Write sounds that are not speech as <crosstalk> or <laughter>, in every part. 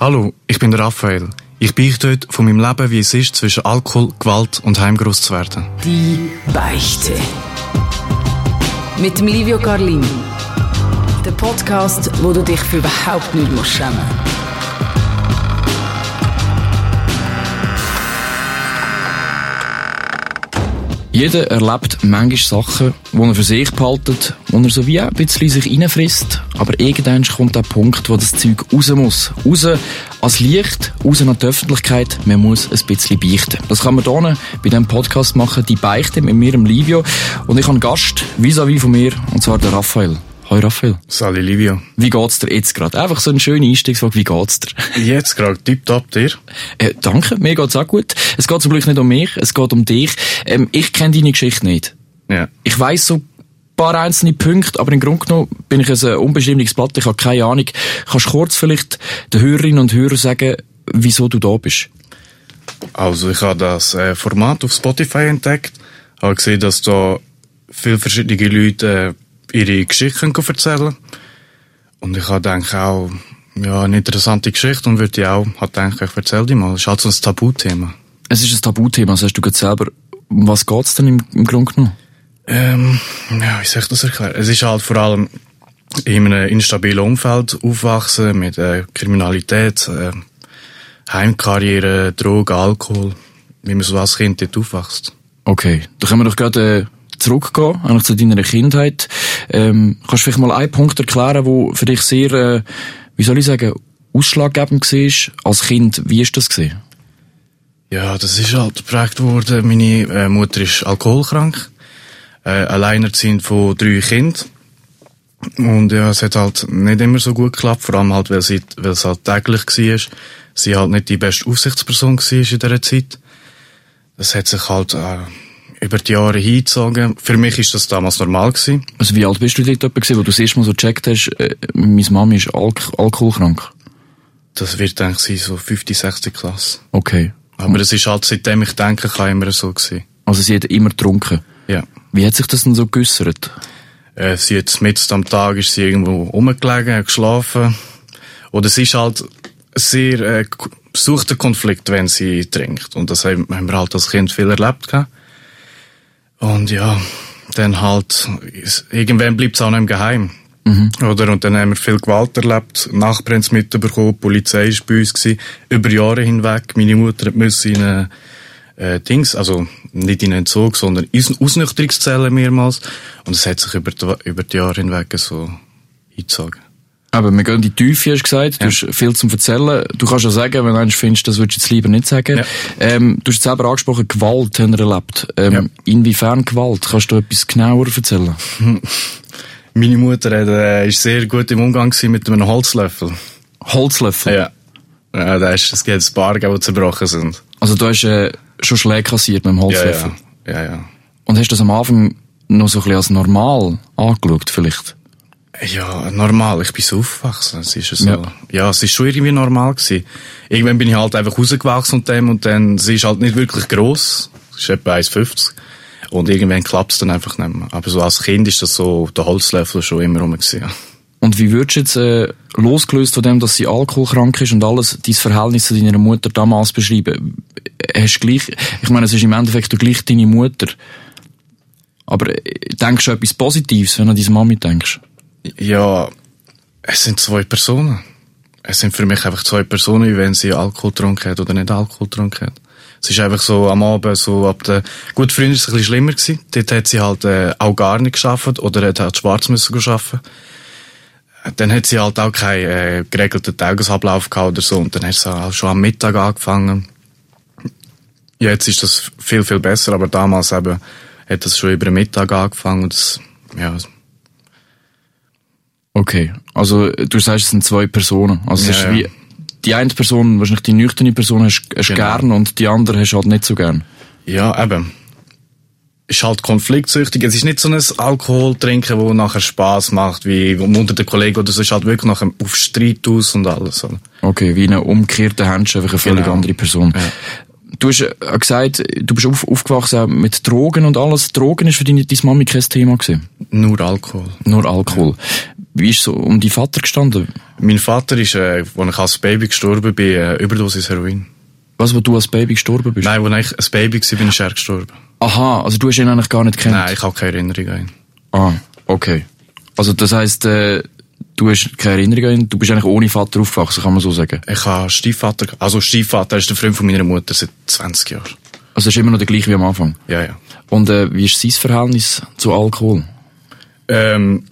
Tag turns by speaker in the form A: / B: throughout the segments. A: Hallo, ich bin Raphael. Ich beichte heute von meinem Leben, wie es ist, zwischen Alkohol, Gewalt und Heimgroß zu werden.
B: Die Beichte. Mit dem Livio Carlini. Der Podcast, wo du dich für überhaupt nicht musst schämen
C: Jeder erlebt manchmal Sachen, die er für sich behaltet, wo er so wie ein bisschen sich reinfrisst. Aber irgendwann kommt der Punkt, wo das Zeug raus muss. Raus ans Licht, raus an die Öffentlichkeit. Man muss ein bisschen beichten. Das kann man hier bei diesem Podcast machen, die Beichte mit mir, im Livio. Und ich habe einen Gast vis-à-vis von mir, und zwar der Raphael. Hoi Raphael.
A: Sali Livio.
C: Wie geht's dir jetzt gerade? Einfach so eine schöne Einstiegsfrage. Wie geht's dir? <laughs>
A: Jetzt gerade tipptopp dir.
C: Äh, danke, mir geht's auch gut. Es geht zum Glück nicht um mich, es geht um dich. Ähm, ich kenne deine Geschichte nicht.
A: Ja.
C: Ich weiß so ein paar einzelne Punkte, aber im Grunde genommen bin ich ein äh, unbestimmtes Blatt, ich habe keine Ahnung. Kannst du kurz vielleicht den Hörerinnen und Hörern sagen, wieso du da bist?
A: Also ich habe das äh, Format auf Spotify entdeckt, habe gesehen, dass da viele verschiedene Leute äh, ihre Geschichten erzählen und ich habe gedacht, auch ja, eine interessante Geschichte und würde ich auch, habe gedacht, ich erzähle die mal. Es ist halt so ein Tabuthema.
C: Es ist ein Tabuthema, das hast du gerade selber. Um was geht's denn im, im Grunde genommen?
A: Ähm, ja, wie soll ich das erklären? Es ist halt vor allem in einem instabilen Umfeld aufwachsen mit äh, Kriminalität, äh, Heimkarriere, Drogen, Alkohol, wie man so als Kind dort aufwächst.
C: Okay, da können wir doch gerade äh, zurückgehen, eigentlich zu deiner Kindheit. Ähm, kannst du vielleicht mal einen Punkt erklären, wo für dich sehr, äh, wie soll ich sagen, ausschlaggebend war als Kind? Wie ist das gesehen?
A: Ja, das ist halt geprägt worden. Meine äh, Mutter ist alkoholkrank, äh, alleinerziehend von drei Kindern. Und ja, es hat halt nicht immer so gut geklappt, vor allem halt, weil, sie, weil es halt täglich war. Sie halt nicht die beste Aufsichtsperson war in dieser Zeit. Das hat sich halt äh, über die Jahre hingezogen. Für mich ist das damals normal gewesen.
C: Also wie alt bist du dort etwa gewesen, wo du das erste Mal so gecheckt hast, äh, meine Mami ist Alk alkoholkrank?
A: Das wird, denke ich, so 50, 60 Klasse.
C: Okay.
A: Aber es ist halt, seitdem ich denken kann, immer so gewesen.
C: Also sie hat immer getrunken.
A: Ja.
C: Wie hat sich das denn so geäussert?
A: Äh, sie jetzt mitten am Tag ist sie irgendwo rumgelegen, hat geschlafen. Oder sie ist halt sehr, äh, k- sucht den Konflikt, wenn sie trinkt. Und das haben, haben wir halt als Kind viel erlebt. Gehabt. Und ja, dann halt, ist- irgendwann bleibt es auch nicht im Geheim. Oder, und dann haben wir viel Gewalt erlebt, Nachbarn haben mitbekommen, die Polizei war bei uns, gewesen, über Jahre hinweg. Meine Mutter musste in eine, äh, Dings, also nicht in Entzug, sondern Aus Ausnüchterungszellen mehrmals. Und es hat sich über die, über die Jahre hinweg so eingezogen.
C: Aber wir gehen in die Tiefe, hast du gesagt. Du hast viel zum erzählen. Du kannst ja sagen, wenn du eins findest, das würdest du jetzt lieber nicht sagen.
A: Ja.
C: Ähm, du hast jetzt selber angesprochen, Gewalt haben wir erlebt. Ähm,
A: Ja.
C: Inwiefern Gewalt? Kannst du etwas genauer erzählen?
A: Meine Mutter hat, äh, ist sehr gut im Umgang gewesen mit einem Holzlöffel.
C: Holzlöffel.
A: Ja. ja da ist, es gibt ein paar, die zerbrochen sind.
C: Also du hast äh, schon Schläge kassiert mit dem
A: Ja,
C: Holzlöffel.
A: ja. ja, ja.
C: Und hast das am Anfang noch so ein bisschen als normal angeschaut vielleicht?
A: Ja, normal. Ich bin so aufgewachsen. Es ist so. Ja.
C: Ja.
A: es ist schon irgendwie normal gewesen. Irgendwann bin ich halt einfach rausgewachsen und dem und dann, sie ist halt nicht wirklich gross. Sie ist etwa 1,50. Und irgendwann klappt es dann einfach nicht mehr. Aber so als Kind ist das so, der Holzlöffel schon immer rum gewesen.
C: Und wie würdest du jetzt, äh, losgelöst von dem, dass sie alkoholkrank ist und alles, dein Verhältnis zu deiner Mutter damals beschreiben? Hast du gleich, ich meine, es ist im Endeffekt doch gleich deine Mutter. Aber äh, denkst du an etwas Positives, wenn du an deine Mami denkst?
A: Ja, es sind zwei Personen. Es sind für mich einfach zwei Personen, wie wenn sie Alkohol getrunken hat oder nicht Alkohol getrunken hat. Es ist einfach so am Abend, so ab der, gut, früher ist es ein bisschen schlimmer gewesen. Dort hat sie halt, äh, auch gar nicht geschafft oder hat halt schwarz müssen arbeiten. Dann hat sie halt auch keinen, äh, geregelten Tagesablauf gehabt oder so und dann hat sie halt schon am Mittag angefangen. Jetzt ist das viel, viel besser, aber damals eben hat das schon über den Mittag angefangen und das, ja,
C: Okay. Also, äh, du sagst, es sind zwei Personen. Also, es
A: Ja,
C: ist
A: ja.
C: wie, die eine Person, wahrscheinlich die nüchterne Person hast, hast
A: Genau.
C: gern und die andere hast halt nicht so gern.
A: Ja, eben. Ist halt konfliktsüchtig. Es ist nicht so ein Alkoholtrinken, wo nachher Spaß macht, wie unter den Kollegen oder so. Es ist halt wirklich nachher auf Streit aus und alles. Oder?
C: Okay, wie in einem umgekehrten Händchen, einfach eine völlig
A: Genau.
C: andere Person. Du hast äh, gesagt, du bist auf, aufgewachsen auch mit Drogen und alles. Drogen ist für deine, deine Mami kein Thema gewesen.
A: Nur Alkohol.
C: Nur Alkohol. Wie ist so um deinen Vater gestanden?
A: Mein Vater ist, äh, als ich als Baby gestorben bin, äh, Überdosis Heroin.
C: Was, wo du als Baby gestorben bist?
A: Nein, als ich ein Baby war, bin ich er gestorben.
C: Aha, also du hast ihn eigentlich gar nicht kennt.
A: Nein, ich habe keine Erinnerung an ihn.
C: Ah, okay. Also das heisst, äh, du hast keine Erinnerung an ihn, du bist eigentlich ohne Vater aufgewachsen, kann man so sagen.
A: Ich habe Stiefvater, also Stiefvater ist der Freund von meiner Mutter seit 20 Jahren.
C: Also es ist immer noch der gleiche wie am Anfang.
A: Ja, ja.
C: Und äh, wie ist sein Verhältnis zu Alkohol?
A: Ähm,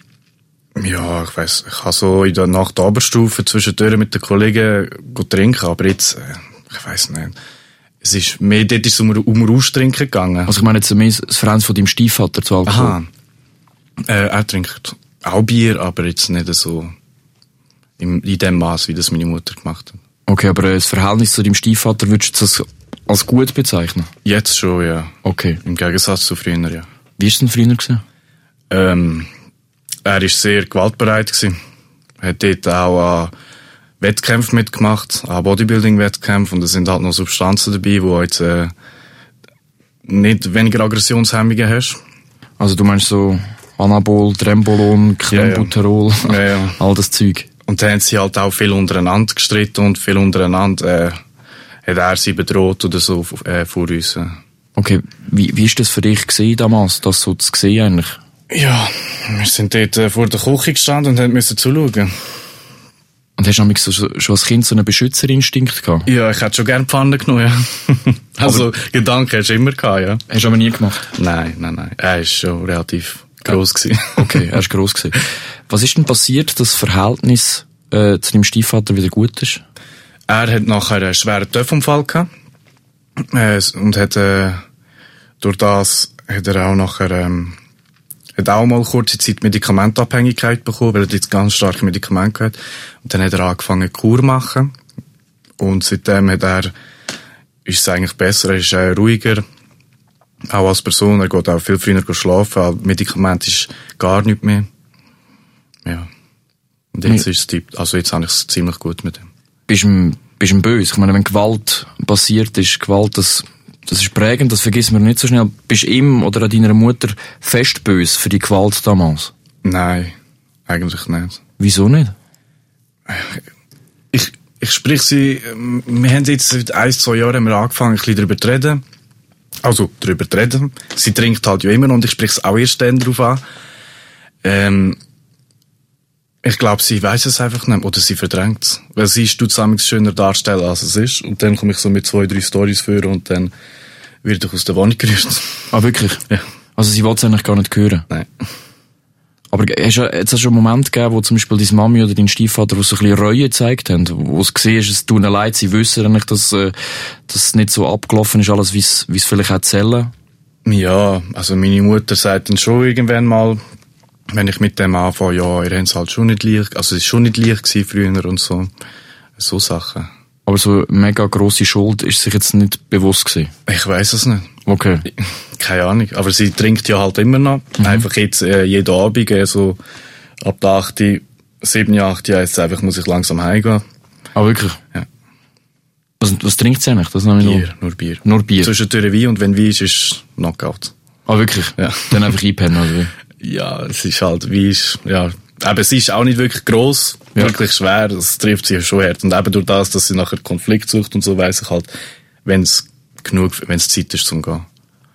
A: ja, ich weiss, ich habe so in der Nacht der Oberstufe zwischendurch mit den Kollegen gut trinken, aber jetzt, äh, ich weiss nicht. Es ist mehr, dort ist es um, um Rauschtrinken gegangen.
C: Also ich meine jetzt mehr das Verhältnis von deinem Stiefvater zu Alkohol.
A: Aha. Äh, er trinkt auch Bier, aber jetzt nicht so im, in dem Maß, wie das meine Mutter gemacht hat.
C: Okay, aber äh, das Verhältnis zu deinem Stiefvater würdest du das als gut bezeichnen?
A: Jetzt schon, ja.
C: Okay.
A: Im Gegensatz zu früher, ja.
C: Wie war es denn früher? Gewesen?
A: Ähm, er war sehr gewaltbereit. Gewesen. Hat dort auch an Wettkämpfen mitgemacht, an Bodybuilding-Wettkämpfen. Und es sind halt noch Substanzen dabei, wo jetzt äh, nicht weniger Aggressionshemmungen hast.
C: Also du meinst so Anabol, Trembolon,
A: Ja, ja.
C: Clenbuterol,
A: Ja, ja.
C: <laughs> all das Zeug.
A: Und dann haben sie halt auch viel untereinander gestritten und viel untereinander äh, hat er sie bedroht oder so äh, vor uns. äh.
C: Okay, wie, wie ist das für dich gewesen damals, das so zu sehen eigentlich?
A: Ja, wir sind dort äh, vor der Küche gestanden und haben müssen zuschauen.
C: Und hast du damals so, schon als Kind so einen Beschützerinstinkt gehabt?
A: Ja, ich hätte schon gerne Pfanne genommen, <laughs> ja. also, Gedanken hast du immer gehabt, ja.
C: Hast du aber nie gemacht.
A: Nein, nein, nein. Er war schon relativ gross. gewesen.
C: Okay, er ist gross gewesen. Was ist denn passiert, dass das Verhältnis äh, zu deinem Stiefvater wieder gut ist?
A: Er hat nachher einen schweren Töpfunfall gehabt. Äh, s- und hat, äh, durch das hat er auch nachher, ähm, hat auch mal kurze Zeit Medikamentabhängigkeit bekommen, weil er jetzt ganz starke Medikamente hat. Und dann hat er angefangen, Kur machen. Und seitdem hat er, ist es eigentlich besser, er ist äh, ruhiger. Auch als Person, er geht auch viel früher schlafen, aber Medikament ist gar nicht mehr. Ja. Und jetzt ist es, tipp- also jetzt habe ich es ziemlich gut mit ihm.
C: Bist du ihm- bist du ihm böse? Ich meine, wenn Gewalt passiert ist, Gewalt, das, das ist prägend, das vergisst man nicht so schnell. Bist du ihm oder an deiner Mutter fest böse für die Gewalt damals?
A: Nein, eigentlich nicht.
C: Wieso nicht?
A: Ich, ich sprich sie, ähm, wir haben jetzt seit ein, zwei Jahren haben wir angefangen, ein bisschen darüber zu reden. Also, darüber zu reden. Sie trinkt halt ja immer und ich sprich es auch erst dann drauf an. Ähm, ich glaube, sie weiß es einfach nicht oder sie verdrängt es. Weil sie ist zusammen schöner darstellen, als es ist. Und dann komme ich so mit zwei, drei Stories vor und dann wird ich aus der Wohnung gerührt. <laughs>
C: Ah, wirklich?
A: Ja.
C: Also sie wollte es eigentlich gar nicht hören.
A: Nein.
C: Aber hast du, jetzt hast du einen Moment gegeben, wo zum Beispiel deine Mami oder dein Stiefvater wo so ein bisschen Reue gezeigt haben, wo es gesehen ist, es tut ihnen leid, sie wissen eigentlich, dass, äh, dass es nicht so abgelaufen ist, alles, wie es wie es vielleicht auch zählen.
A: Ja, also meine Mutter sagt dann schon irgendwann mal, wenn ich mit dem anfange, ja, ihr habt es halt schon nicht leicht, also es ist schon nicht leicht gewesen früher und so. So Sachen.
C: Aber so mega grosse Schuld ist sich jetzt nicht bewusst gewesen.
A: Ich weiß es nicht. <laughs>
C: Okay.
A: Keine Ahnung. Aber sie trinkt ja halt immer noch.
C: Mhm.
A: Einfach jetzt äh, jeden Abend, äh, so ab der 8, 7, 8, ja, jetzt einfach muss ich langsam heimgehen.
C: Ah, wirklich?
A: Ja.
C: Was, was trinkt sie eigentlich? Das noch nicht
A: Bier, nur Bier.
C: Nur Bier?
A: Zwischendurch Wein und wenn Wein ist, ist Knockout.
C: Ah, wirklich?
A: Ja.
C: Dann einfach einpennen, oder wie?
A: Ja, es ist halt, wie ist, ja. Aber sie ist auch nicht wirklich gross,
C: Ja.
A: wirklich schwer, das trifft sie ja schon hart. Und eben durch das, dass sie nachher Konflikt sucht und so, weiss ich halt, wenn es genug, wenn es Zeit ist zum Gehen.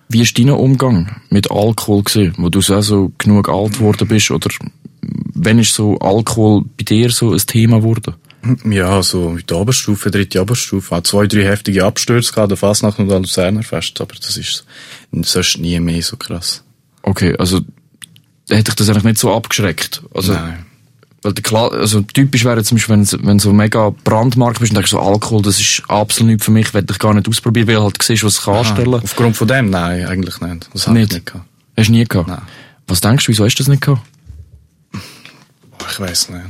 C: Wie ist dein Umgang mit Alkohol gewesen, wo du so, so genug alt geworden bist? Oder wenn ist so Alkohol bei dir so ein Thema geworden?
A: Ja, so in der Oberstufe, dritte Oberstufe, hat zwei, drei heftige Abstürze gehabt, der Fasnacht und an Luzerner Fest, aber das ist sonst nie mehr so krass.
C: Okay, also hätte ich das eigentlich nicht so abgeschreckt. Also,
A: Nein.
C: Weil der Kla also typisch wäre zum Beispiel, wenn, s- wenn so mega Brandmarkt bist und denkst so, Alkohol, das ist absolut nichts für mich, werde ich gar nicht ausprobieren, weil du halt siehst, was es kann anstellen.
A: Aufgrund von dem? Nein, eigentlich nicht. Das habe ich nicht gehabt.
C: Hast du nie gehabt?
A: Nein.
C: Was denkst du, wieso hast du das nicht gehabt?
A: Boah, Ich weiß nicht.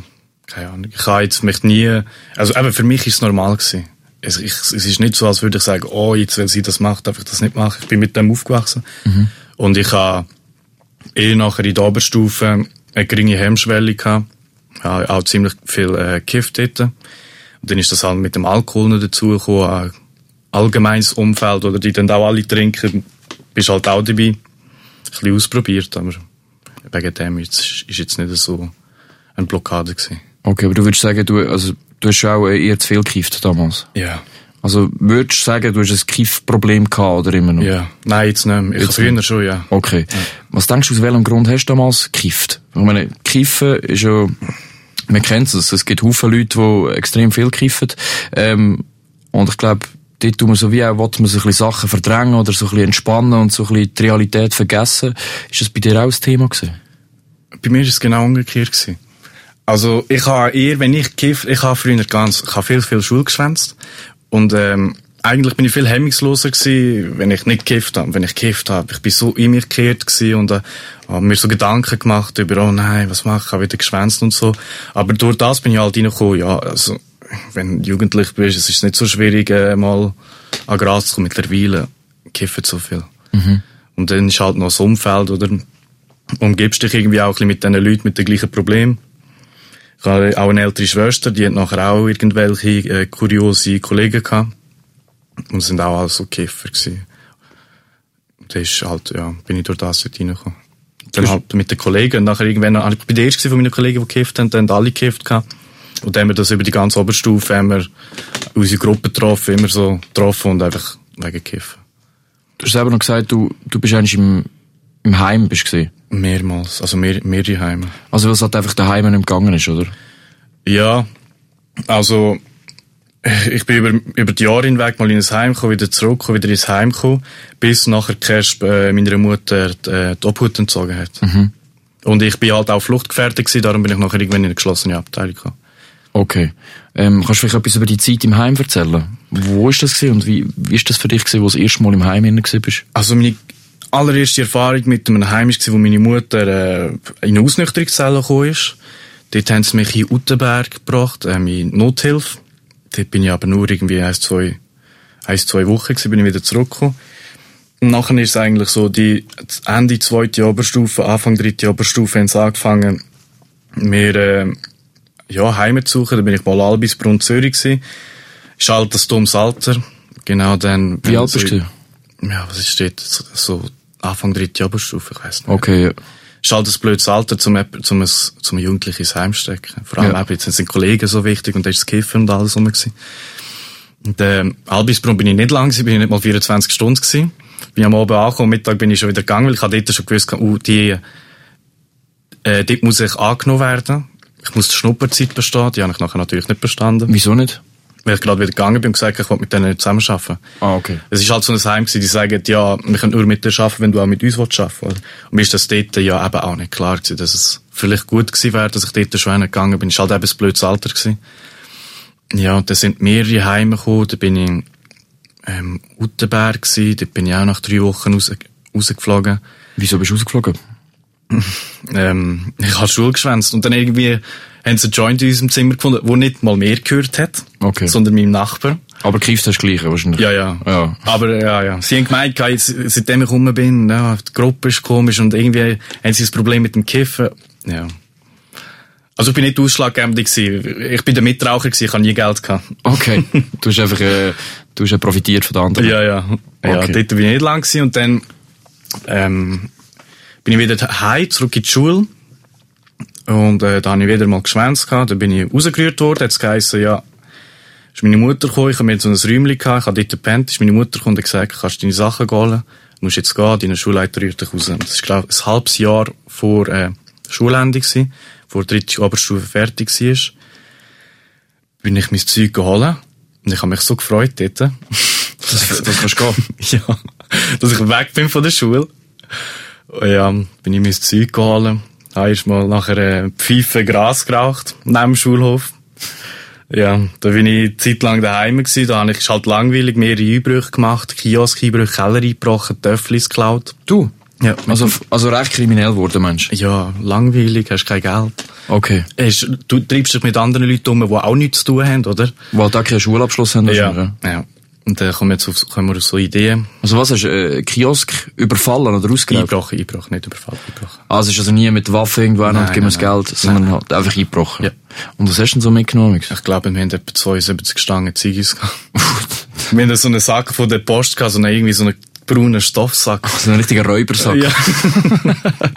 A: Keine Ahnung. Ich habe jetzt mich nie, also eben für mich ist es normal gewesen. Es, ich, es ist nicht so, als würde ich sagen, oh, jetzt, wenn sie das macht, darf ich das nicht machen. Ich bin mit dem aufgewachsen. Und ich habe eh nachher in der Oberstufe eine geringe Hemmschwelle gehabt. Ich habe auch ziemlich viel äh, gekifft dort. Und dann ist das halt mit dem Alkohol noch dazugekommen, ein allgemeines Umfeld, oder die dann auch alle trinken, bist halt auch dabei. Ein bisschen ausprobiert, aber wegen dem ist, ist jetzt nicht so eine Blockade gewesen.
C: Okay, aber du würdest sagen, du, also, du hast auch äh, eher zu viel gekifft damals.
A: Ja.
C: Also würdest du sagen, du hast ein Kiffproblem gehabt oder immer noch?
A: Ja. Nein, jetzt nicht mehr. Ich
C: Jetzt
A: früher
C: nicht.
A: schon, ja.
C: Okay. Was denkst du, aus welchem Grund hast du damals gekifft? Ich meine, Kiffen ist ja, man kennt es, es gibt Haufen Leute, die extrem viel kiffen. Ähm, und ich glaube, dort tut man so wie auch, will man so ein bisschen Sachen verdrängen oder so ein bisschen entspannen und so ein bisschen die Realität vergessen. Ist das bei dir auch ein Thema gewesen?
A: Bei mir war es genau umgekehrt. Gewesen. Also ich habe eher, wenn ich gekifft, ich habe früher ganz, ich habe viel, viel Schule geschwänzt und ähm, eigentlich bin ich viel hemmungsloser gewesen, wenn ich nicht gekifft habe. Wenn ich gekifft habe, ich bin so in mich gekehrt gewesen und äh, habe mir so Gedanken gemacht über, oh nein, was mache ich, ich habe wieder geschwänzt und so. Aber durch das bin ich halt reingekommen, ja, also wenn du jugendlich bist, es ist nicht so schwierig, äh, mal an Gras zu kommen. Mittlerweile kiffen so viel. Und dann ist halt noch das Umfeld, oder? Umgibst dich irgendwie auch ein bisschen mit diesen Leuten mit den gleichen Problemen. Ich habe auch eine ältere Schwester, die hat nachher auch irgendwelche äh, kuriose Kollegen gehabt. Und sind auch alle so Kiffer gewesen. Und Das ist halt, ja, bin ich durch das dort reingekommen. Dann halt mit den Kollegen. Und nachher irgendwann, also ich bin der erste gewesen von meinen Kollegen, die gekifft haben, dann haben alle gekifft gehabt. Und dann haben wir das über die ganze Oberstufe, haben wir unsere Gruppe getroffen, immer so getroffen und einfach wegen Kiffen.
C: Du hast selber noch gesagt, du, du bist eigentlich im, im Heim bist gewesen.
A: Mehrmals, also mehr, mehrere Heime.
C: Also, weil es halt einfach daheim nicht gegangen ist, oder?
A: Ja, also ich bin über, über die Jahre hinweg mal in ein Heim gekommen, wieder zurück, wieder ins Heim gekommen, bis nachher Kerst äh, meiner Mutter äh, die Obhut entzogen hat. Und ich bin halt auch fluchtgefährdet gewesen, darum bin ich nachher irgendwann in eine geschlossene Abteilung gekommen.
C: Okay. Ähm, kannst du vielleicht etwas über die Zeit im Heim erzählen? Wo ist das gewesen und wie, wie ist das für dich gewesen, wo du das erste Mal im Heim hinein warst?
A: Also meine allererste Erfahrung mit einem Heim war, wo meine Mutter äh, in eine Ausnüchterungszelle gekommen ist. Dort haben sie mich in Utenberg gebracht, ähm, in Nothilfe. Dort bin ich aber nur irgendwie ein, zwei, ein, zwei Wochen gewesen, bin ich wieder zurückgekommen. Und nachher ist es eigentlich so, die das Ende zweite Oberstufe, Anfang dritte Oberstufe haben sie angefangen, mir äh, ja, Heimat zu suchen. Da bin ich mal Albisbrunn, Zürich gewesen. Ist halt das dummes Alter. Genau dann...
C: Wie alt bist du?
A: Ja, was ist dort? So, so Anfang dritte Oberstufe, ich weiss nicht.
C: Okay, ja.
A: Ist halt ein blödes Alter, zum, jemand- zum, ein- zum Jugendlichen ins Heim zu stecken. Vor allem
C: Ja.
A: eben, jetzt sind Kollegen so wichtig und da ist das Kiffen und alles rum gewesen. Und, ähm, Albisbrunn bin ich nicht lang gewesen, bin ich nicht mal 24 Stunden gewesen. Bin am Abend angekommen, Mittag bin ich schon wieder gegangen, weil ich habe dort schon gewusst, uh, die, äh, dort muss ich angenommen werden. Ich muss die Schnupperzeit bestehen, die habe ich nachher natürlich nicht bestanden
C: Wieso nicht?
A: weil ich gerade wieder gegangen bin und gesagt habe, ich will mit denen nicht zusammenarbeiten.
C: Ah, okay.
A: Es ist halt so ein Heim gewesen, die sagen, ja, wir können nur mit dir arbeiten, wenn du auch mit uns arbeiten willst. oder? Und mir ist das dort ja eben auch nicht klar gewesen, dass es vielleicht gut gewesen wäre, dass ich dort schon hingegangen bin. Es war halt eben ein blödes Alter gewesen. Ja, und dann sind mehrere Heime gekommen, da bin ich in ähm, Utenberg gewesen, dort bin ich auch nach drei Wochen raus, rausgeflogen
C: Wieso bist du rausgeflogen?
A: ähm, ich habe Schule geschwänzt und dann irgendwie haben sie einen Joint in unserem Zimmer gefunden, wo nicht mal mehr gehört hat,
C: Okay.
A: sondern meinem Nachbar.
C: Aber gekifft hast du gleich, wahrscheinlich.
A: Ja, ja.
C: Ja.
A: Aber ja, ja. Sie haben gemeint, ja, jetzt, seitdem ich rum bin, ja, die Gruppe ist komisch und irgendwie haben sie ein Problem mit dem Kiffen. Ja. Also ich bin nicht ausschlaggebend gewesen. Ich bin der Mitraucher gewesen, ich habe nie Geld gehabt.
C: Okay.
A: <laughs>
C: du hast einfach, äh, du hast ja profitiert von den anderen.
A: Ja, ja. Ja,
C: Okay.
A: dort bin ich nicht lang gewesen und dann, ähm, bin ich wieder heim, zurück in die Schule. Und, äh, da habe ich wieder mal geschwänzt gehabt, dann bin ich rausgerührt worden, hat es geheissen, ja, ist meine Mutter gekommen, ich habe mir so ein Räumchen gehabt, ich habe dort gepennt, ist meine Mutter gekommen und hat gesagt, kannst du deine Sachen gehen holen, du musst jetzt gehen, deine Schulleiter rührt dich raus. Und Das war, glaube ich, ein halbes Jahr vor, äh, Schulende gewesen, vor der dritte Oberstufe fertig war. Bin ich mein Zeug geholt und ich habe mich so gefreut dort.
C: Das, das kannst du gehen.
A: <laughs> Ja, dass ich weg bin von der Schule. Oh Ja, bin ich mein Zeug geholt. Habe erstmal nachher äh, Pfeife Gras geraucht, neben dem Schulhof. Ja, da bin ich eine Zeit lang daheim gewesen. Da habe ich es halt langweilig mehrere Einbrüche gemacht, Kiosk-Einbrüche, Keller eingebrochen, Töfflis geklaut.
C: Du?
A: Ja,
C: Also, also recht kriminell geworden, Mensch.
A: ja, langweilig, hast kein Geld.
C: Okay.
A: Hast, du treibst dich mit anderen Leuten um, die auch nichts zu tun haben, oder?
C: Weil da keinen Schulabschluss haben, wahrscheinlich, ja.
A: Dus, eh, ja. Und dann kommen, jetzt auf, kommen wir auf so Ideen.
C: Also was hast du, äh, Kiosk überfallen oder ausgeraubt?
A: Einbrochen, Einbrochen, nicht überfallen, Einbrochen.
C: Also ist also nie mit der Waffe irgendwo hin und
A: Nein,
C: gib mir das
A: nein,
C: Geld, sondern halt einfach eingebrochen.
A: Ja.
C: Und was hast du denn so mitgenommen?
A: Ich glaube, wir haben etwa 72 Stangen Ziggis gehabt. <laughs> wir haben so einen Sack von der Post gehabt, so einen, irgendwie so einen braunen Stoffsack.
C: So ein richtiger Räubersack.
A: Ja. <laughs>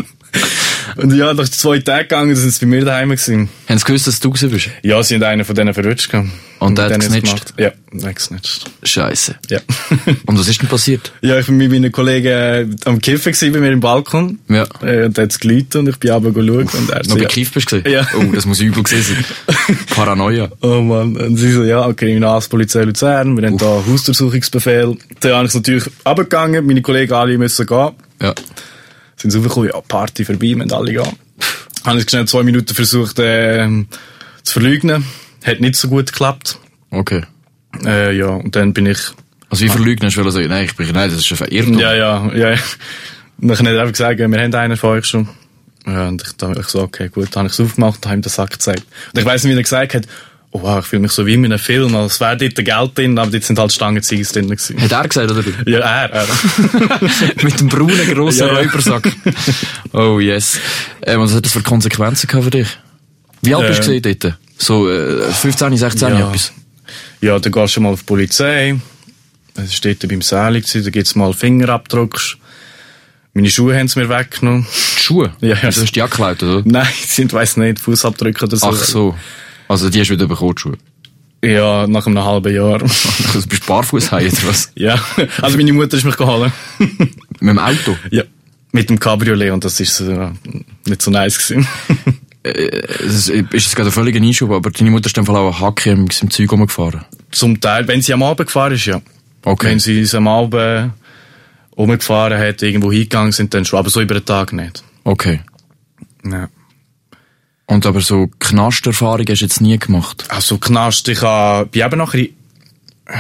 A: Und ja, nach zwei Tagen gegangen, sind sie bei mir daheim gewesen.
C: Haben sie gewusst, dass du gewesen bist?
A: Ja, sie haben einen von denen verrutscht. Und,
C: Und der
A: mit
C: hat
A: denen
C: gesnitcht?
A: gemacht. Ja, der hat gesnitcht.
C: Scheiße.
A: Ja.
C: <laughs> Und was ist denn passiert?
A: ja, ich war mit meinen Kollegen äh, am Kiffen gewesen, bei mir im Balkon.
C: Ja.
A: Äh, und da hat es geläutet und ich bin runter geschaut und er
C: Noch
A: so, ja.
C: bekifft bist du? gewesen?
A: Ja.
C: Oh, das muss übel gewesen sein.
A: <laughs>
C: Paranoia.
A: Oh Mann, und sie so, ja, Kriminalpolizei Luzern, wir haben da Hausdurchsuchungsbefehl. Dann habe ich es natürlich runtergegangen, meine Kollegen alle müssen gehen.
C: Ja.
A: Sind sie raufgekommen, ja, Party vorbei, müssen alle gehen. Habe ich schnell zwei Minuten versucht ähm, zu verleugnen, hat nicht so gut geklappt.
C: Okay.
A: Äh, ja, und dann bin ich,
C: Also wie verleugnest du, weil du sagst, nein, ich bin, nein, das ist ein Verirrtum.
A: Ah. ja, ja, ja, ja. Und Dann hat er einfach gesagt, ja, wir haben einen von euch schon. Ja, und ich dachte, ich so, okay, gut, dann habe ich es aufgemacht und habe ihm den Sack gezeigt. Und ich weiss nicht, wie er gesagt hat, oh wow, ich fühle mich so wie in einem Film, als wäre dort Geld drin, aber dort sind halt Stangenziegel drin gewesen. <laughs>
C: Hat er gesagt, oder? du?
A: Ja, er, er.
C: <laughs> Mit dem braunen,
A: Ja,
C: grossen
A: ja.
C: Räubersack. Oh, yes. Ähm, was hat das für Konsequenzen gehabt für dich? Wie alt bist du
A: Ähm.
C: gewesen dort? So, äh, 15, 16,
A: Ja.
C: etwas?
A: Ja, dann gehst du mal auf die Polizei. Es war dort beim Säli, gewesen, da gibt's mal Fingerabdruck. Meine Schuhe haben sie mir weggenommen. <laughs>
C: Die Schuhe?
A: Ja, ja.
C: Das hast du die angeklaut, oder?
A: Nein, sie sind, weiss nicht, Fußabdrücke oder so.
C: Ach so. Also, die hast du wieder bekommen, die Schuhe. <laughs>
A: Ja, nach einem halben Jahr.
C: Du bist barfuß heim, oder was?
A: ja, also meine Mutter ist mich geholt.
C: Mit dem Auto?
A: Ja. Mit dem Cabriolet und das ist so, äh, nicht so nice gewesen. <laughs>
C: Äh, Es ist, ist jetzt gerade ein völliger Einschub, aber deine Mutter ist dann auch ein Hacke im, im Zeug rumgefahren.
A: Zum Teil, wenn sie am Abend gefahren ist, ja.
C: Okay.
A: Wenn sie es am Abend umgefahren hat, irgendwo hingegangen sind, dann schon. Aber so über den Tag nicht.
C: Okay.
A: Ja.
C: Und aber so Knasterfahrung hast du jetzt nie gemacht.
A: Also Knast, ich ha- bin eben nachher in-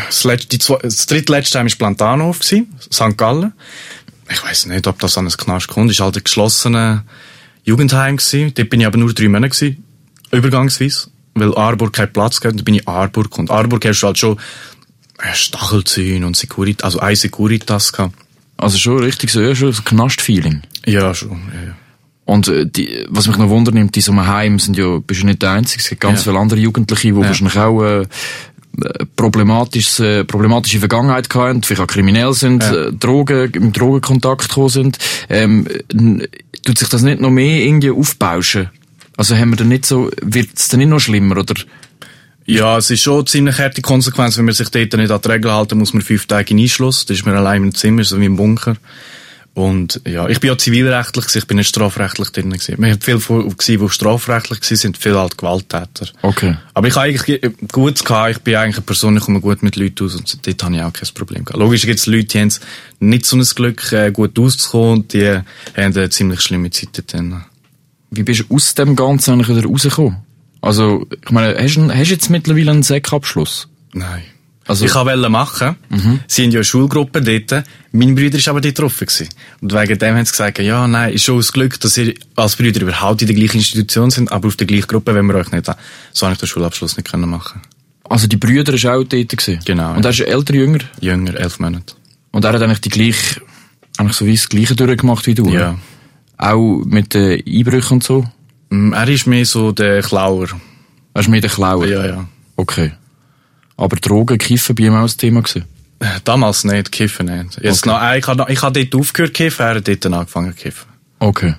A: das, letzte, die zwei, das drittletzte Heim war Plantanhof, gewesen, St. Gallen. Ich weiß nicht, ob das an ein Knast kommt. Ist halt ein geschlossenes Jugendheim. Gewesen. Dort bin ich aber nur drei Monate, gewesen, übergangsweise, weil Arburg keinen Platz gab. Dann bin ich in Arburg. Und Arburg hast du halt schon äh, Stachelzäune und Securitas, also eine Securitas gehabt.
C: Also schon richtig so, ja, schon so Knast-Feeling.
A: Ja, schon. Ja, ja.
C: Und äh, die, was mich noch wundert, nimmt, in so einem Heim sind ja, bist ja nicht der Einzige. Es gibt ganz
A: Ja.
C: viele andere Jugendliche, die wahrscheinlich auch äh, äh, problematisch, äh, problematische Vergangenheit gehabt haben, vielleicht auch kriminell sind, äh, Drogen, im Drogenkontakt gekommen sind. Ähm, n- tut sich das nicht noch mehr irgendwie aufbauschen? Also haben wir dann nicht so, wird es dann nicht noch schlimmer, oder?
A: Ja, es ist schon ziemlich harte Konsequenz, wenn man sich dort nicht an die Regeln halten, muss man fünf Tage in Einschluss. Da ist man allein im Zimmer, so wie im Bunker. Und ja, ich bin ja zivilrechtlich, gewesen, ich bin nicht strafrechtlich drin. gewesen. Wir haben viele, vor- gewesen, die strafrechtlich waren, sind viele halt Gewalttäter.
C: Okay.
A: Aber ich habe eigentlich ge- gut gehabt, ich bin eigentlich eine Person, ich komme gut mit Leuten aus und dort habe ich auch kein Problem gehabt. Logisch gibt es Leute, die haben nicht so ein Glück, äh, gut auszukommen, und die haben eine ziemlich schlimme Zeit dort. drin.
C: Wie bist du aus dem Ganzen eigentlich wieder rausgekommen? Also, ich meine, hast du hast du jetzt mittlerweile einen Säckabschluss?
A: Nein. Also,
C: Also-
A: ich wollte machen. Sie haben ja eine Schulgruppe dort. Mein Bruder war aber dort drauf. gewesen. Und wegen dem haben sie gesagt, ja, nein, ist schon ein Glück, dass ihr als Brüder überhaupt in der gleichen Institution sind, aber auf der gleichen Gruppe, wenn wir euch nicht haben. So habe ich den Schulabschluss nicht können machen.
C: Also, die Brüder war auch dort. Gewesen.
A: Genau,
C: Und er ist älter, jünger?
A: Jünger, elf Monate.
C: Und er hat eigentlich die gleich, eigentlich so wie das Gleiche durchgemacht wie du.
A: Ja.
C: oder? Auch mit den Einbrüchen und so.
A: Mm, Er ist mehr so der Klauer.
C: Er ist mit den Klauen.
A: Ja, ja.
C: Okay. Aber Drogen, Kiffen bei ihm auch das Thema gewesen.
A: Damals nicht, kiffen nicht. Jetzt
C: Okay.
A: noch, ich habe ich hab dort aufgehört zu kiffen, er hat dort angefangen zu kiffen.
C: Okay.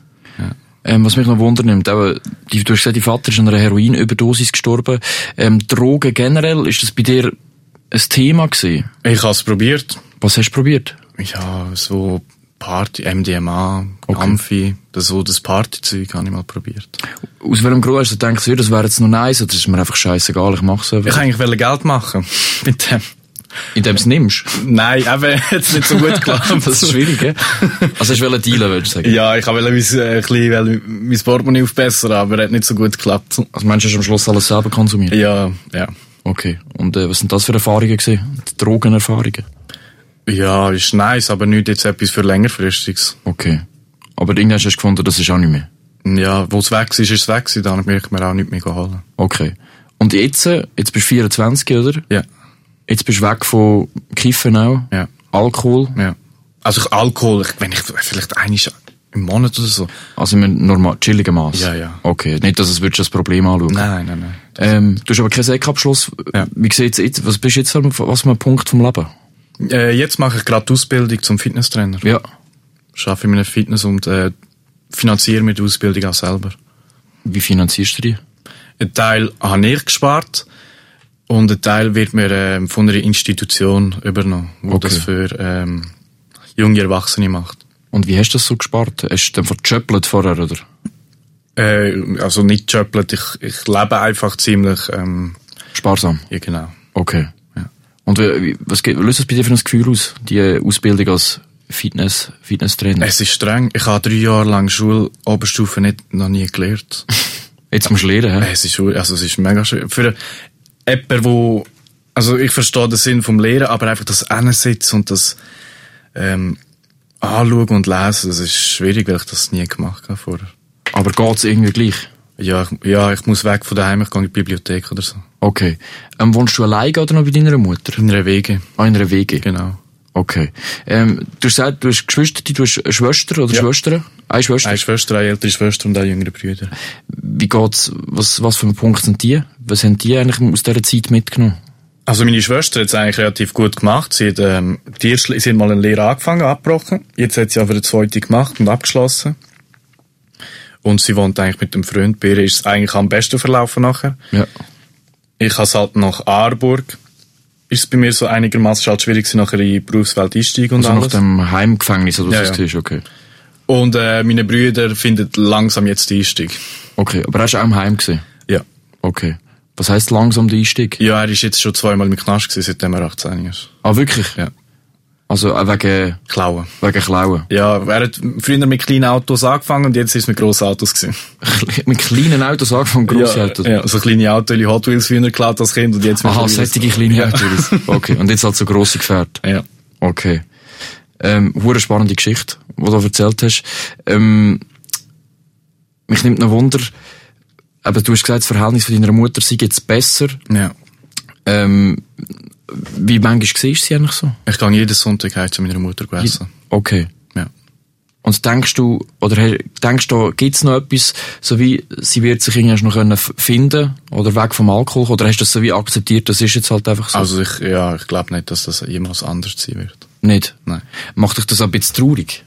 C: Ähm, was mich noch wundern nimmt, eben, die- du hast gesagt, dein Vater ist an einer Heroinüberdosis gestorben. Ähm, Drogen generell, ist das bei dir ein Thema gewesen?
A: Ich habe es probiert.
C: Was hast du probiert?
A: Ja, so Party, MDMA,
C: Okay.
A: Amphi, das, so das Partyzeug habe ich mal probiert.
C: Aus welchem Grund hast du gedacht, so, das wäre jetzt noch nice, oder ist mir einfach scheißegal, ich mach's
A: Ich
C: einfach.
A: wollte eigentlich Geld machen <laughs> mit dem.
C: Indem du es nimmst.
A: <laughs> Nein, eben, jetzt nicht so gut geklappt.
C: <laughs> das ist schwierig, gell? Also hast du wollen dealen, würdest du sagen?
A: Ja, ich wollte mein, äh, ein bisschen, wollte mein Portemonnaie aufbessern, aber hat nicht so gut geklappt.
C: Also meinst du, hast du am Schluss alles selber konsumiert?
A: Ja, ja.
C: Okay. Und äh, was sind das für Erfahrungen gewesen? Die Drogenerfahrungen?
A: Ja, ist nice, aber nicht jetzt etwas für längerfristiges.
C: Okay. Aber irgendwann hast du gefunden, das ist auch nicht mehr.
A: Ja, wo es weg ist, ist es weg gewesen, da habe ich mir auch nicht mehr geholt.
C: Okay. Und jetzt, äh, jetzt bist du 24, oder?
A: Ja,
C: Jetzt bist du weg von Kiffen auch.
A: Ja.
C: Alkohol.
A: ja. Also ich, Alkohol, ich, wenn ich vielleicht einisch im Monat oder so.
C: Also in einem normal, chilligen Maß.
A: Ja, ja.
C: Okay. Nicht, dass es würdest du das Problem anschauen.
A: Nein, nein, nein.
C: Ähm, du hast aber keinen Säckabschluss.
A: Ja.
C: Wie sieht's jetzt, was bist du jetzt, am- was für ein Punkt vom Leben?
A: Äh, jetzt mache ich gerade die Ausbildung zum Fitnesstrainer.
C: Ja.
A: Schaffe in meinem Fitness und äh, finanziere mir die Ausbildung auch selber.
C: Wie finanzierst du die?
A: Ein Teil habe ich gespart und ein Teil wird mir ähm, von einer Institution übernommen, wo
C: Okay.
A: das für ähm, junge Erwachsene macht.
C: Und wie hast du das so gespart? Hast du dann verchöppelt vorher, oder?
A: Äh, also nicht Jöpplet, ich, ich lebe einfach ziemlich, ähm,
C: Sparsam?
A: ja genau.
C: Okay. Und äh, wie, wie- was ge- löst das bei dir für ein Gefühl aus, die Ausbildung als Fitness, Fitnesstrainer?
A: Es ist streng. Ich habe drei Jahre lang Schule, Oberstufe nicht, noch nie gelernt.
C: Jetzt musst du lernen, hä?
A: Es ist, ur- also es ist mega schwer. Für jemanden, wo, also ich verstehe den Sinn vom Lehren, aber einfach das Hinsitzen und das, ähm, anschauen und lesen, das ist schwierig, weil ich das nie gemacht habe vorher.
C: Aber geht's irgendwie gleich?
A: Ja, ich, ja, ich muss weg von daheim, ich gehe in die Bibliothek oder so.
C: Okay. Ähm, wohnst du allein oder noch bei deiner Mutter?
A: In einer Wege,
C: An einer WG?
A: genau.
C: Okay. Ähm, du hast gesagt, du hast Geschwister, du hast eine Schwester oder
A: Ja.
C: Schwestern? Eine Schwester.
A: Eine Schwester, eine ältere Schwester und ein jüngerer Brüder.
C: Wie geht's, was, was für ein Punkt sind die? Was haben die eigentlich aus dieser Zeit mitgenommen?
A: Also meine Schwester hat es eigentlich relativ gut gemacht. Sie hat, ähm, die erste, sie hat mal eine Lehre angefangen, abgebrochen. Jetzt hat sie aber eine zweite gemacht und abgeschlossen. Und sie wohnt eigentlich mit dem Freund. Bei ihr ist es eigentlich am besten verlaufen nachher.
C: Ja.
A: Ich habe es halt nach Aarburg. Ist es bei mir so einigermaßen halt schwierig gewesen, nachher in die Berufswelt einsteigen und
C: Also nach
A: alles.
C: dem Heimgefängnis, oder was
A: Ja,
C: das
A: ja.
C: ist, okay.
A: Und äh, meine Brüder finden langsam jetzt den Einstieg.
C: Okay, aber hast du auch im Heim gesehen?
A: Ja.
C: Okay. Was heisst langsam der Einstieg?
A: Ja, er ist jetzt schon zweimal im Knast gewesen, seitdem er 18 ist.
C: Ah, wirklich?
A: Ja.
C: Also auch wegen,
A: Klauen.
C: wegen Klauen.
A: Ja, er hat früher mit kleinen Autos angefangen und jetzt ist es mit grossen Autos gewesen.
C: <laughs> Mit kleinen Autos angefangen, Grosseltern.
A: Ja, ja, so kleine Autos, die Hot Wheels früher geklaut als Kind und jetzt
C: Aha,
A: mittlerweile-
C: sättige kleine Autos. Okay, und jetzt halt so grosse Gefährte.
A: Ja.
C: Okay. Ähm, hure spannende Geschichte, die du erzählt hast. Ähm, mich nimmt noch Wunder, aber du hast gesagt, das Verhältnis von deiner Mutter sei jetzt besser.
A: ja.
C: Ähm, wie manchmal siehst du sie eigentlich so?
A: Ich gehe jeden Sonntag heim zu meiner Mutter essen.
C: Okay.
A: Ja.
C: Und denkst du, oder he- denkst du, gibt's noch etwas, so wie, sie wird sich irgendwann noch können f- finden, oder weg vom Alkohol, oder hast du das so wie akzeptiert, das ist jetzt halt einfach so?
A: Also ich, ja, ich glaube nicht, dass das jemals anders sein wird.
C: nicht.
A: Nein.
C: Macht dich das auch ein bisschen traurig?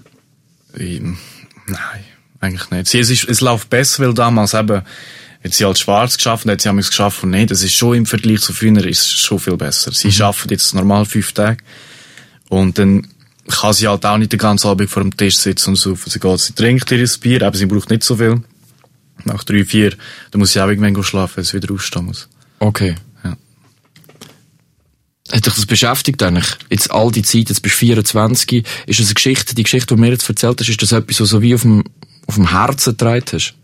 A: Ähm, Nein, eigentlich nicht. Sie, es, ist, es läuft besser, weil damals eben, hat sie halt schwarz geschafft und hat sie haben es geschafft und nicht. Das ist schon im Vergleich zu früher ist es schon viel besser. Sie arbeitet jetzt normal fünf Tage und dann kann sie halt auch nicht den ganzen Abend vor dem Tisch sitzen und saufen. Sie geht, sie trinkt ihr Bier, aber sie braucht nicht so viel. Nach drei, vier, dann muss sie auch irgendwann schlafen, wenn sie wieder aufstehen muss.
C: Okay.
A: Ja.
C: Hat dich das beschäftigt eigentlich? Jetzt all die Zeit, jetzt bist du 24, ist das eine Geschichte, die Geschichte, die du mir jetzt erzählt hast, ist das etwas, was du so wie auf dem, auf dem Herzen getragen hast?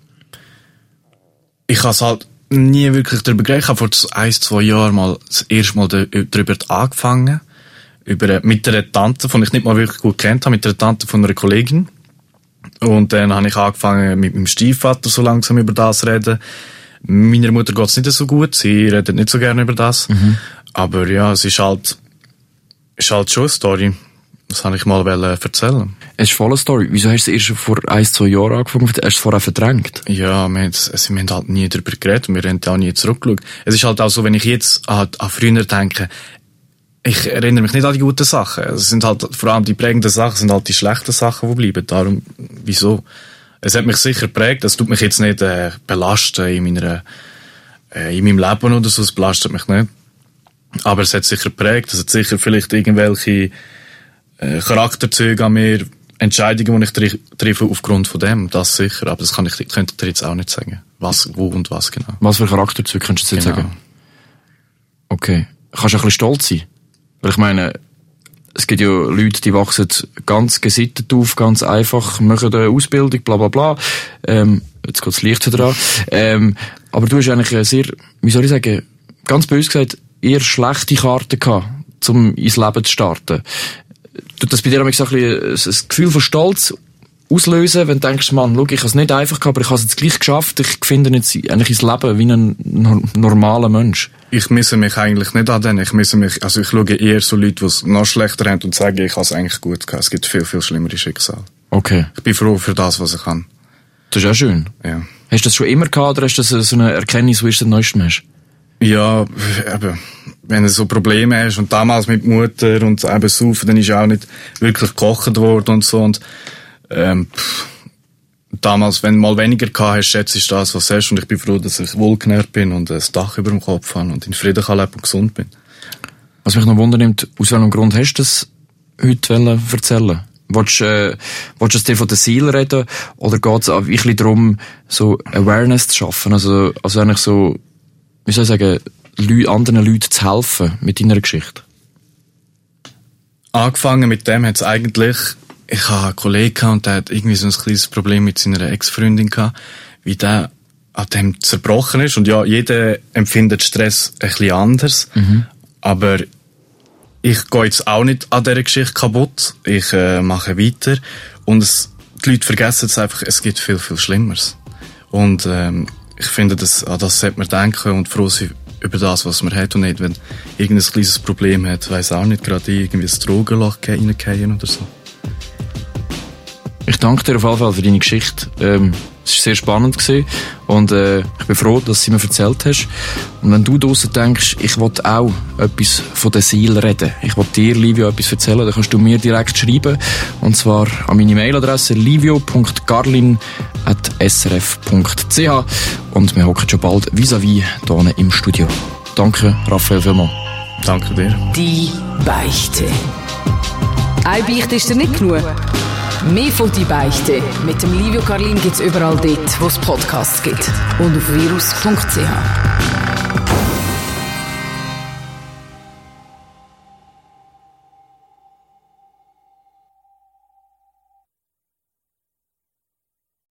A: ich habe halt nie wirklich darüber geredet. Ich habe vor z- ein, zwei Jahren mal das erste Mal dr- darüber angefangen. Über, äh, mit einer Tante, die ich nicht mal wirklich gut kennt habe, mit einer Tante von einer Kollegin. Und dann habe ich angefangen, mit meinem Stiefvater so langsam über das zu reden. Meiner Mutter geht's nicht so gut, sie redet nicht so gerne über das. Aber ja, es ist halt, ist halt schon eine Story. Das habe ich mal wollen erzählen.
C: Es ist voll eine Story. Wieso hast du es erst vor ein, zwei Jahren angefangen? Hast du es vorher verdrängt?
A: Ja, wir, haben- also, wir haben halt nie darüber geredet und wir haben auch nie zurückgeschaut. Es ist halt auch so, wenn ich jetzt halt an früher denke, ich erinnere mich nicht an die guten Sachen. Es sind halt vor allem die prägenden Sachen, sind halt die schlechten Sachen, die bleiben. Darum, wieso? Es hat mich sicher geprägt, es tut mich jetzt nicht äh, belasten in, meiner, äh, in meinem Leben oder so, es belastet mich nicht. Aber es hat sicher geprägt, es hat sicher vielleicht irgendwelche äh, Charakterzüge an mir, Entscheidungen, die ich tri- treffe aufgrund von dem, das sicher. Aber das kann ich, könnte ich dir jetzt auch nicht sagen, was, wo und was genau.
C: Was für Charakterzüge kannst du jetzt
A: Genau.
C: sagen? Okay. Kannst du ein bisschen stolz sein? Weil ich meine, es gibt ja Leute, die wachsen ganz gesittet auf, ganz einfach, machen eine Ausbildung, bla bla bla. Ähm, jetzt geht das Licht wieder an. Ähm, aber du hast eigentlich eine sehr, wie soll ich sagen, ganz bös gesagt, eher schlechte Karte gehabt, um ins Leben zu starten. Tut das bei dir manchmal so ein bisschen ein Gefühl von Stolz auslösen, wenn du denkst, Mann, schau, ich habe es nicht einfach gehabt, aber ich habe es jetzt gleich geschafft, ich finde jetzt eigentlich ins Leben wie ein nor normaler Mensch.
A: Ich misse mich eigentlich nicht an denen. Ich misse mich, also ich schaue eher so Leute, die es noch schlechter haben und sagen, ich habe es eigentlich gut gehabt. Es gibt viel, viel schlimmere Schicksale.
C: Okay.
A: Ich bin froh für das, was ich kann.
C: Das ist auch schön.
A: Ja.
C: Hast du das schon immer gehabt oder hast du so eine Erkenntnis, wo du den neuesten hast?
A: Ja, eben. Wenn du so Probleme hast und damals mit der Mutter und eben saufen, dann ist auch nicht wirklich gekocht worden und so und, ähm, pff, damals, wenn du mal weniger gehabt hast, schätzt du das, was du hast. Und ich bin froh, dass ich wohlgenährt bin und ein Dach über dem Kopf habe und in Frieden kann leben und gesund bin.
C: Was mich noch wundernimmt, aus welchem Grund hast du das heute wollen erzählen? Willst, äh, willst du es dir von der Seele reden oder geht es auch ein bisschen darum, so Awareness zu schaffen? Also, also eigentlich so, wie soll ich sagen, Leu anderen Leuten zu helfen mit deiner Geschichte?
A: Angefangen mit dem hat es eigentlich, ich habe einen Kollegen gehabt und der hat irgendwie so ein kleines Problem mit seiner Ex-Freundin gehabt, wie der an dem zerbrochen ist. Und ja, jeder empfindet Stress ein bisschen anders, aber ich gehe jetzt auch nicht an dieser Geschichte kaputt. Ich äh, mache weiter. Und es, die Leute vergessen es einfach, es gibt viel, viel Schlimmeres. Und ähm, ich finde, das, an das sollte man denken und froh sein über das, was man hat und nicht, wenn irgendein kleines Problem hat, weiß auch nicht, gerade in irgendwie ein Drogenloch reingehen oder so.
C: Ich danke dir auf jeden Fall für deine Geschichte. Ähm, es war sehr spannend gewesen und äh, ich bin froh, dass du sie mir erzählt hast. Und wenn du draussen denkst, ich will auch etwas von der Seele reden, ich will dir, Livio, etwas erzählen, dann kannst du mir direkt schreiben und zwar an meine Mailadresse livio.garlin.srf.ch und wir hocken schon bald vis-à-vis hier im Studio. Danke, Raphael, vielmals.
A: Danke dir.
B: Die Beichte. Eine Beichte ist dir nicht genug. Mehr von «Die Beichte» mit dem Livio Carlin gibt's überall dort, wo es Podcasts gibt. Und auf virus.ch.